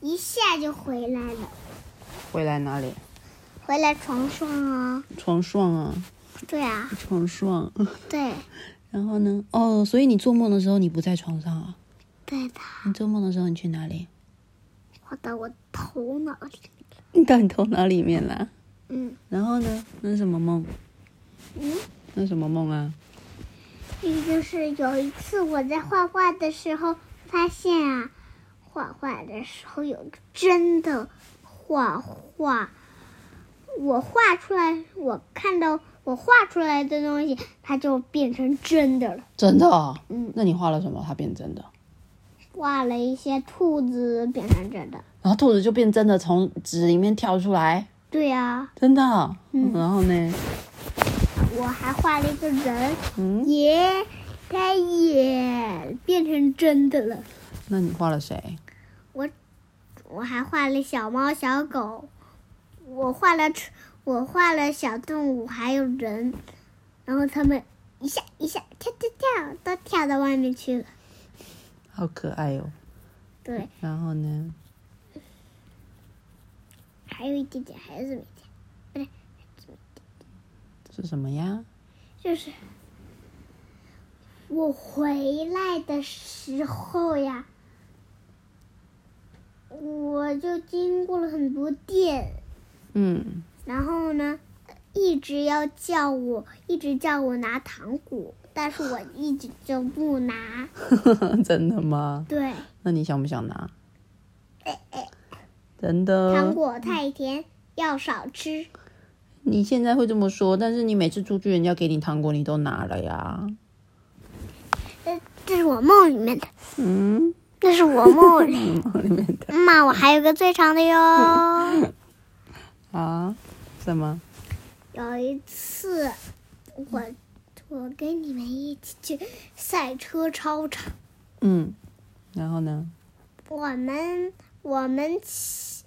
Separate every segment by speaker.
Speaker 1: 一下就回来了，
Speaker 2: 回来哪里？
Speaker 1: 回来床上啊。
Speaker 2: 床上啊，
Speaker 1: 对啊，
Speaker 2: 床上。
Speaker 1: 对，
Speaker 2: 然后呢？哦，所以你做梦的时候你不在床上啊？
Speaker 1: 对的，
Speaker 2: 你做梦的时候你去哪里？
Speaker 1: 我到我头脑里。
Speaker 2: 你到你头脑里面啦。
Speaker 1: 嗯
Speaker 2: 然后呢？那是什么梦？
Speaker 1: 嗯，
Speaker 2: 那什么梦啊？
Speaker 1: 这就是有一次我在画画的时候发现啊，画画的时候有个真的画画，我画出来，我看到我画出来的东西，它就变成真的了。
Speaker 2: 真的、哦？
Speaker 1: 嗯，
Speaker 2: 那你画了什么？它变真的？
Speaker 1: 画了一些兔子变成真的。
Speaker 2: 然后兔子就变真的从纸里面跳出来，
Speaker 1: 对啊呀、
Speaker 2: 真的哦、
Speaker 1: 嗯
Speaker 2: 然后呢？
Speaker 1: 我还画了一个人，
Speaker 2: 嗯，
Speaker 1: 也他也变成真的了。
Speaker 2: 那你画了谁？
Speaker 1: 我还画了小猫、小狗，我画了车我画了小动物，还有人，然后他们一下一下跳跳跳，都跳到外面去了。
Speaker 2: 好可爱哦。
Speaker 1: 对，
Speaker 2: 然后呢？
Speaker 1: 还有一点点，还是没跳，
Speaker 2: 是什么呀？
Speaker 1: 就是我回来的时候呀，我就经过了很多店。
Speaker 2: 嗯，
Speaker 1: 然后呢，一直要叫我，一直叫我拿糖果，但是我一直就不拿。
Speaker 2: 真的吗？
Speaker 1: 对，
Speaker 2: 那你想不想拿？真的。
Speaker 1: 糖果太甜，要少吃。
Speaker 2: 你现在会这么说，但是你每次出去，人家给你糖果，你都拿了呀。
Speaker 1: 这呃这是我梦里面的，
Speaker 2: 嗯，
Speaker 1: 这是我梦里。 嗯
Speaker 2: 里面的
Speaker 1: 妈，我还有个最长的哟。
Speaker 2: 啊，什么？
Speaker 1: 有一次，我我跟你们一起去赛车操场，
Speaker 2: 嗯，然后呢？
Speaker 1: 我们我们骑，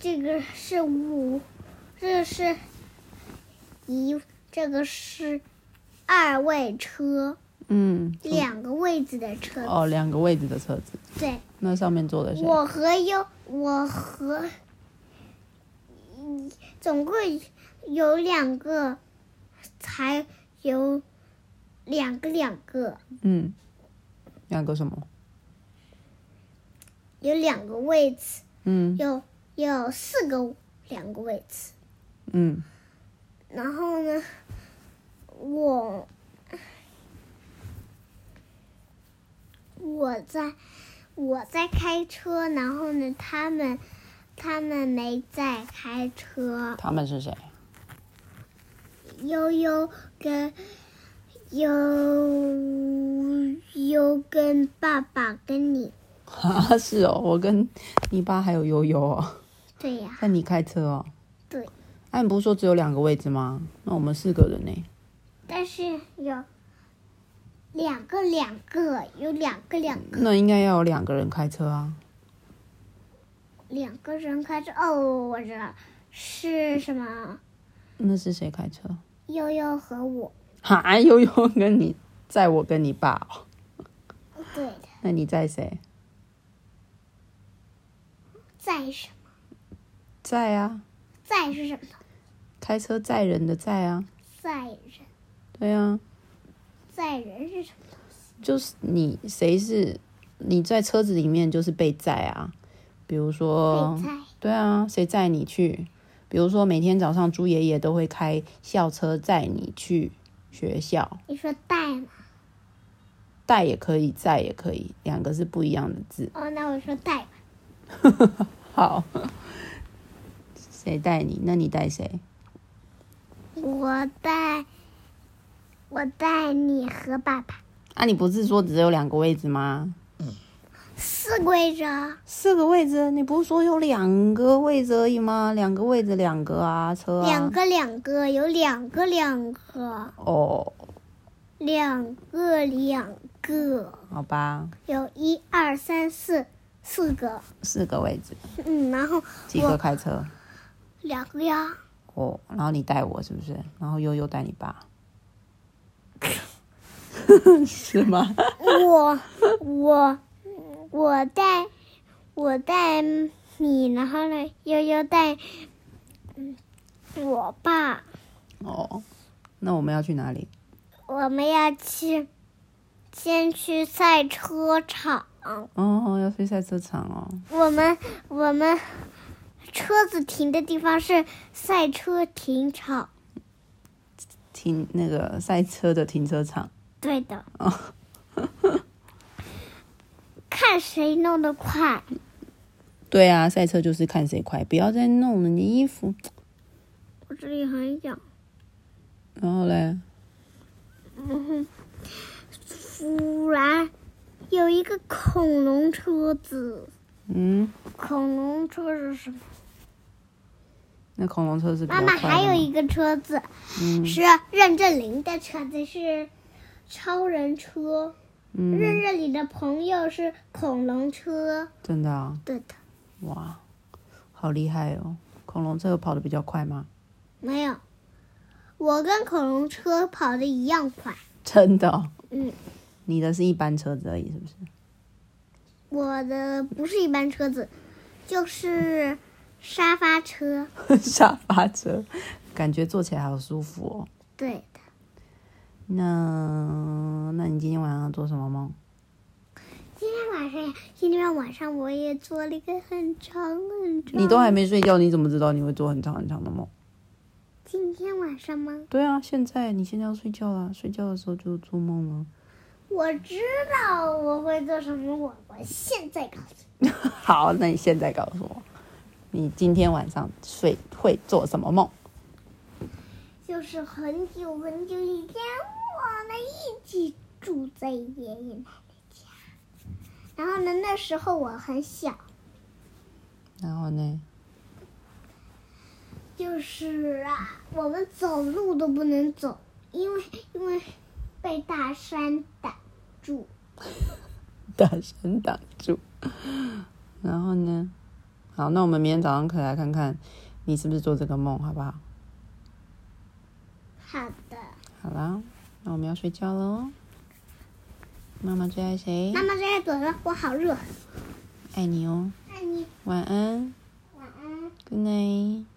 Speaker 1: 这个是五，这个是一，这个是二位车，
Speaker 2: 嗯，
Speaker 1: 两个位置的车。
Speaker 2: 哦，两个位置的车子，
Speaker 1: 对，
Speaker 2: 那上面坐的谁？
Speaker 1: 我和优，我和，嗯总共有两个，才有两个两个，
Speaker 2: 嗯，两个什么？
Speaker 1: 有两个位置，
Speaker 2: 嗯
Speaker 1: 有有四个两个位置。
Speaker 2: 嗯
Speaker 1: 然后呢，我我在我在开车，然后呢，他们他们没在开车，
Speaker 2: 他们是谁？
Speaker 1: 悠悠跟悠悠跟爸爸跟你，
Speaker 2: 啊，是哦，我跟你爸还有悠悠哦，
Speaker 1: 对呀、
Speaker 2: 那你开车哦。
Speaker 1: 对。
Speaker 2: 哎、你不是说只有两个位置吗？那我们四个人呢？
Speaker 1: 但是有两个两个，有两个两个
Speaker 2: 那应该要有两个人开车啊。
Speaker 1: 两个人开车，哦，我知道了是什么。
Speaker 2: 那是谁开车？
Speaker 1: 悠悠和我，
Speaker 2: 哈，悠悠跟你载我跟你爸哦，
Speaker 1: 对的，
Speaker 2: 那你载谁？
Speaker 1: 在什么？
Speaker 2: 载啊，
Speaker 1: 在是什么？
Speaker 2: 开车载人的载啊，
Speaker 1: 在人，
Speaker 2: 对啊，
Speaker 1: 在人是什么？
Speaker 2: 就是你谁是你在车子里面就是被载啊，比如说
Speaker 1: 被在
Speaker 2: 对啊，谁载你去？比如说每天早上猪爷爷都会开校车载你去学校，
Speaker 1: 你说带吗？
Speaker 2: 带也可以，载也可以，两个是不一样的字。
Speaker 1: 哦，那我说带吧。
Speaker 2: 好， 谁带你？那你带谁？
Speaker 1: 我带，我带你和爸爸
Speaker 2: 啊，你不是说只有两个位置吗？
Speaker 1: 四跪着。
Speaker 2: 四个位置，你不是说有两个位置而已吗？两个位置，两个啊，车啊。
Speaker 1: 两个两个，有两个两个，
Speaker 2: 哦，
Speaker 1: 两个两个，
Speaker 2: 好吧，
Speaker 1: 有一二三四四个，
Speaker 2: 四个位置，
Speaker 1: 嗯，然后
Speaker 2: 几个开车？
Speaker 1: 两个呀，
Speaker 2: 哦，然后你带我是不是？然后悠悠带你爸， 是吗？
Speaker 1: 我我我带我带你，然后呢，悠悠带嗯我爸，
Speaker 2: 哦，那我们要去哪里？
Speaker 1: 我们要去先去赛车场。
Speaker 2: 哦，要去赛车场哦。
Speaker 1: 我们我们车子停的地方是赛车停场，
Speaker 2: 停那个赛车的停车场。
Speaker 1: 对的，
Speaker 2: 哦，
Speaker 1: 看谁弄得快。
Speaker 2: 对啊，赛车就是看谁快，不要再弄了你衣服。
Speaker 1: 我这里很痒。
Speaker 2: 然后嘞，
Speaker 1: 突然有一个恐龙车子，
Speaker 2: 嗯，
Speaker 1: 恐龙车是什么？
Speaker 2: 那恐龙车是比
Speaker 1: 妈
Speaker 2: 较
Speaker 1: 妈
Speaker 2: 快的
Speaker 1: 还有
Speaker 2: 吗
Speaker 1: 一个车子
Speaker 2: 嗯
Speaker 1: 是任正林的车子，是超人车。
Speaker 2: 嗯，
Speaker 1: 任正林的朋友是恐龙车。
Speaker 2: 真的啊，
Speaker 1: 对的，
Speaker 2: 哇，好厉害哦！恐龙车跑得比较快吗？
Speaker 1: 没有，我跟恐龙车跑的一样快。
Speaker 2: 真的、哦，
Speaker 1: 嗯，
Speaker 2: 你的是一般车子而已，是不是？
Speaker 1: 我的不是一般车子，就是沙发车。
Speaker 2: 沙发车，感觉坐起来好舒服哦。
Speaker 1: 对的，
Speaker 2: 那，那你今天晚上要做什么梦？
Speaker 1: 今天晚上呀，今天晚上我也做了一个很长很长。
Speaker 2: 你都还没睡觉，你怎么知道你会做很长很长的梦？
Speaker 1: 今天晚上吗？
Speaker 2: 对啊，现在你现在要睡觉啦，睡觉的时候就做梦啊了。
Speaker 1: 我知道我会做什么，我我现在告诉你。
Speaker 2: 好，那你现在告诉我，你今天晚上睡会做什么梦？
Speaker 1: 就是很久很久以前，我们一起住在爷爷奶奶家。然后呢，那时候我很小，
Speaker 2: 然后呢？
Speaker 1: 就是啊，我们走路都不能走，因为因为被大山挡住。
Speaker 2: 大声挡住。然后呢？好，那我们明天早上可以来看看你是不是做这个梦，好不好？
Speaker 1: 好的，
Speaker 2: 好啦，那我们要睡觉喽。妈妈最爱谁
Speaker 1: 妈？妈再爱走了，我好热。
Speaker 2: 爱你哦，
Speaker 1: 爱你，
Speaker 2: 晚安
Speaker 1: 晚安。
Speaker 2: ，Good night。